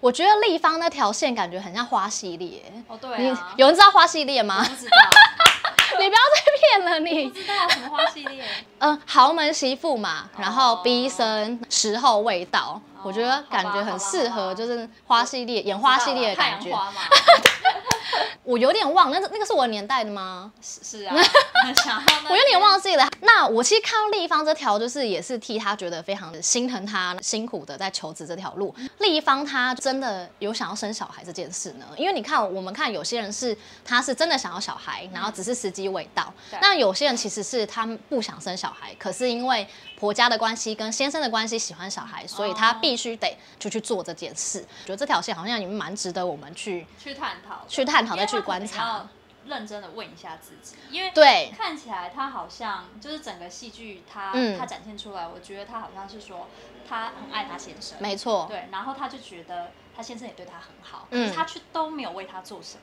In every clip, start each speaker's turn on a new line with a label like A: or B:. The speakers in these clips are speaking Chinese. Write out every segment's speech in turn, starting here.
A: 我觉得立方那条线感觉很像花系列。
B: 哦，
A: 你
B: 对啊，
A: 有人知道花系列吗
B: 我？不知道，
A: 你不要再骗了你
B: 不。知道什么花系列，
A: 嗯，豪门媳妇嘛，然后
B: 哦
A: 逼生时候未到，
B: 哦
A: 我觉得感觉很适
B: 好吧
A: 合，
B: 好吧
A: 就是花系列演 花系列的感
B: 太
A: 觉
B: 阳。花嘛，
A: 我有点忘，那个那个是我的年代的吗？
B: 是是啊， 很想要那
A: 我有点忘记了。那我其实看到立方这条，就是也是替他觉得非常的心疼他辛苦的在求职这条路。立方他真的有想要生小孩这件事呢？因为你看，我们看有些人是他是真的想要小孩，然后只是时机未到
B: 对；
A: 那有些人其实是他们不想生小孩，可是因为婆家的关系跟先生的关系喜欢小孩，所以他
B: 哦
A: 必须得就去做这件事。觉得这条线好像也蛮值得我们去
B: 去探讨的，
A: 去探讨
B: 因
A: 再
B: 为
A: 去
B: 他可
A: 观
B: 能
A: 察
B: 要认真的问一下自己，因为
A: 对
B: 看起来他好像就是整个戏剧他
A: 嗯
B: 他展现出来，我觉得他好像是说他很爱他先生，
A: 没错，
B: 对，然后他就觉得他先生也对他很好，
A: 嗯
B: 可是他却都没有为他做什么，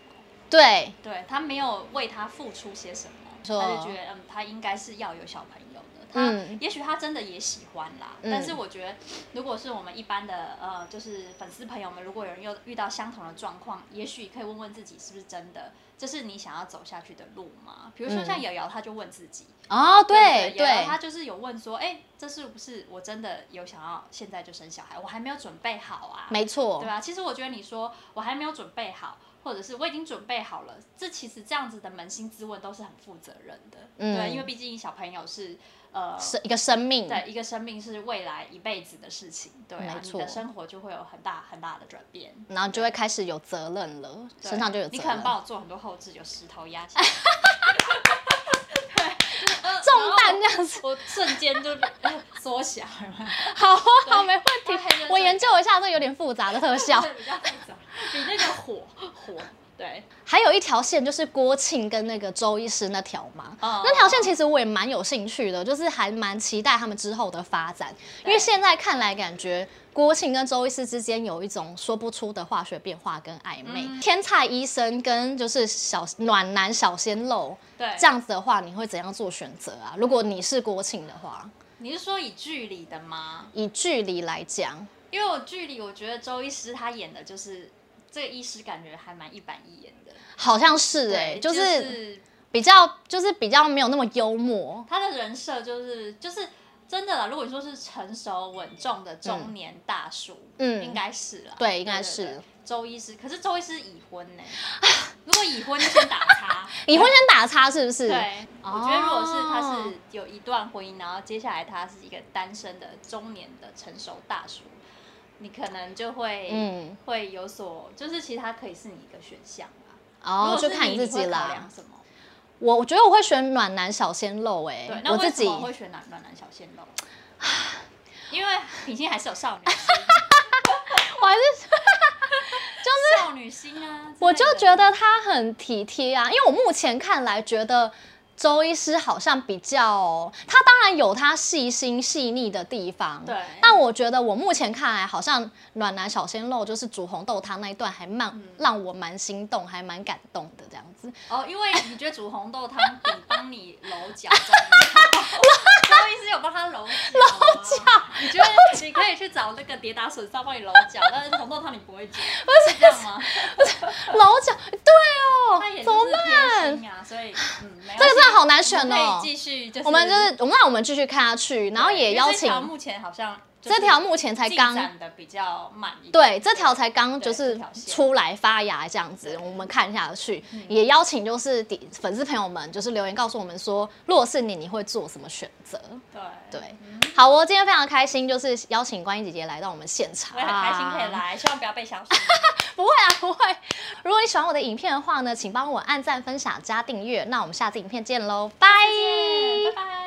A: 对
B: 对他没有为他付出些什么，
A: 错
B: 他就觉得嗯，他应该是要有小朋友的，他、
A: 嗯
B: 也许他真的也喜欢啦，
A: 嗯
B: 但是我觉得如果是我们一般的呃，就是粉丝朋友们，如果有人又遇到相同的状况，也许可以问问自己是不是真的。这是你想要走下去的路吗？比如说
A: 嗯
B: 像瑶瑶，她就问自己，
A: 哦，
B: 对
A: 对
B: 不瑶瑶
A: 对，
B: 她就是有问说，哎、这是不是我真的有想要现在就生小孩？我还没有准备好啊。
A: 没错，
B: 对啊，其实我觉得你说我还没有准备好，或者是我已经准备好了，这其实这样子的扪心自问都是很负责任的，
A: 嗯
B: 对，因为毕竟小朋友是呃，
A: 是一个生命。
B: 对，一个生命是未来一辈子的事情，对啊
A: 没，
B: 你
A: 错
B: 的生活就会有很大很大的转变，
A: 然后就会开始有责任了，
B: 对
A: 身上就有责
B: 你可能
A: 任。
B: 帮我做很多后置，有石头压起来
A: 重担这样子，
B: 呃我瞬间就哎缩小了，
A: 好啊，好，没问
B: 对
A: 题。我研究一下，这有点复杂的特效。
B: 对比较复杂，比那个火火对，
A: 还有一条线就是郭庆跟那个周医师那条嘛，
B: 嗯
A: 那条线其实我也蛮有兴趣的，就是还蛮期待他们之后的发展，因为
B: 对
A: 现在看来感觉。郭庆跟周医师之间有一种说不出的化学变化跟暧昧，
B: 嗯
A: 天才医生跟就是小暖男小鲜肉
B: 嗯对
A: 这样子的话，你会怎样做选择啊？如果你是郭庆的话，
B: 你是说以距离的吗？
A: 以距离来讲，
B: 因为我剧里，我觉得周医师他演的就是这个医师，感觉还蛮一板一眼的。
A: 好像是哎、
B: 对
A: 就
B: 就是
A: 比较就是比较没有那么幽默，
B: 他的人设就是就是真的啦。如果你说是成熟稳重的中年大叔，
A: 嗯
B: 应该是啦。
A: 对应该是
B: 对周医师。可是周医师已婚呢、 如果已婚就先打 叉。
A: 已婚先打叉是不是？
B: 对，
A: 哦
B: 我觉得如果是他是有一段婚姻，然后接下来他是一个单身的中年的成熟大叔，你可能就会、
A: 嗯，
B: 会有所，就是其实它可以是你一个选项啦。
A: 哦，
B: 如果
A: 就是看
B: 你
A: 自己
B: 你会考
A: 啦
B: 量。什么？
A: 我我觉得我会选暖男小鲜肉哎、
B: 对，那
A: 我
B: 为
A: 自
B: 什
A: 己
B: 么我会选暖暖男小鲜 肉？因为品性还是有 少女心，
A: 我还是
B: 少女心啊。
A: 我就
B: 得，
A: 觉得他很体贴啊，因为我目前看来觉得。周医师好像比较，他当然有他细心细腻的地方，
B: 对
A: 但我觉得我目前看来，好像暖男小鲜肉就是煮红豆汤那一段，还蛮、
B: 嗯
A: 让我蛮心动，还蛮感动的这样子。
B: 哦，因为你觉得煮红豆汤比帮你揉脚重要，周医师有 帮 他揉脚，揉脚。你觉得你可以去找那个跌打损伤帮你揉脚，但是红豆汤你不会煮，是这样吗？
A: 楼角，
B: 他
A: 对哦，
B: 也
A: 怎么
B: 就是
A: 办？
B: 贴心啊，所以嗯，这
A: 这个真的好难选哦
B: 可以继续，就是
A: 我们就是，我们让我们继续看下去，然后也邀
B: 因为这
A: 请
B: 条目前好像就是
A: 这条目前才
B: 进
A: 刚。
B: 展的比较慢一点，
A: 对，这条才刚就
B: 对
A: 是
B: 这条线嗯
A: 出来发芽这样子
B: 对，
A: 我们看下去，也邀请就是底粉丝朋友们就是留言告诉我们说，如果是你，你会做什么选择？
B: 对
A: 对
B: 嗯，
A: 好哦，今天非常开心，就是邀请关一姐姐来到我们现场，
B: 我也很开心可以来，希望不要被消失。
A: 不会啊，不会。如果你喜欢我的影片的话呢，请帮我按赞、分享、加订阅。那我们下次影片见喽，拜。
B: 嗯再见拜拜。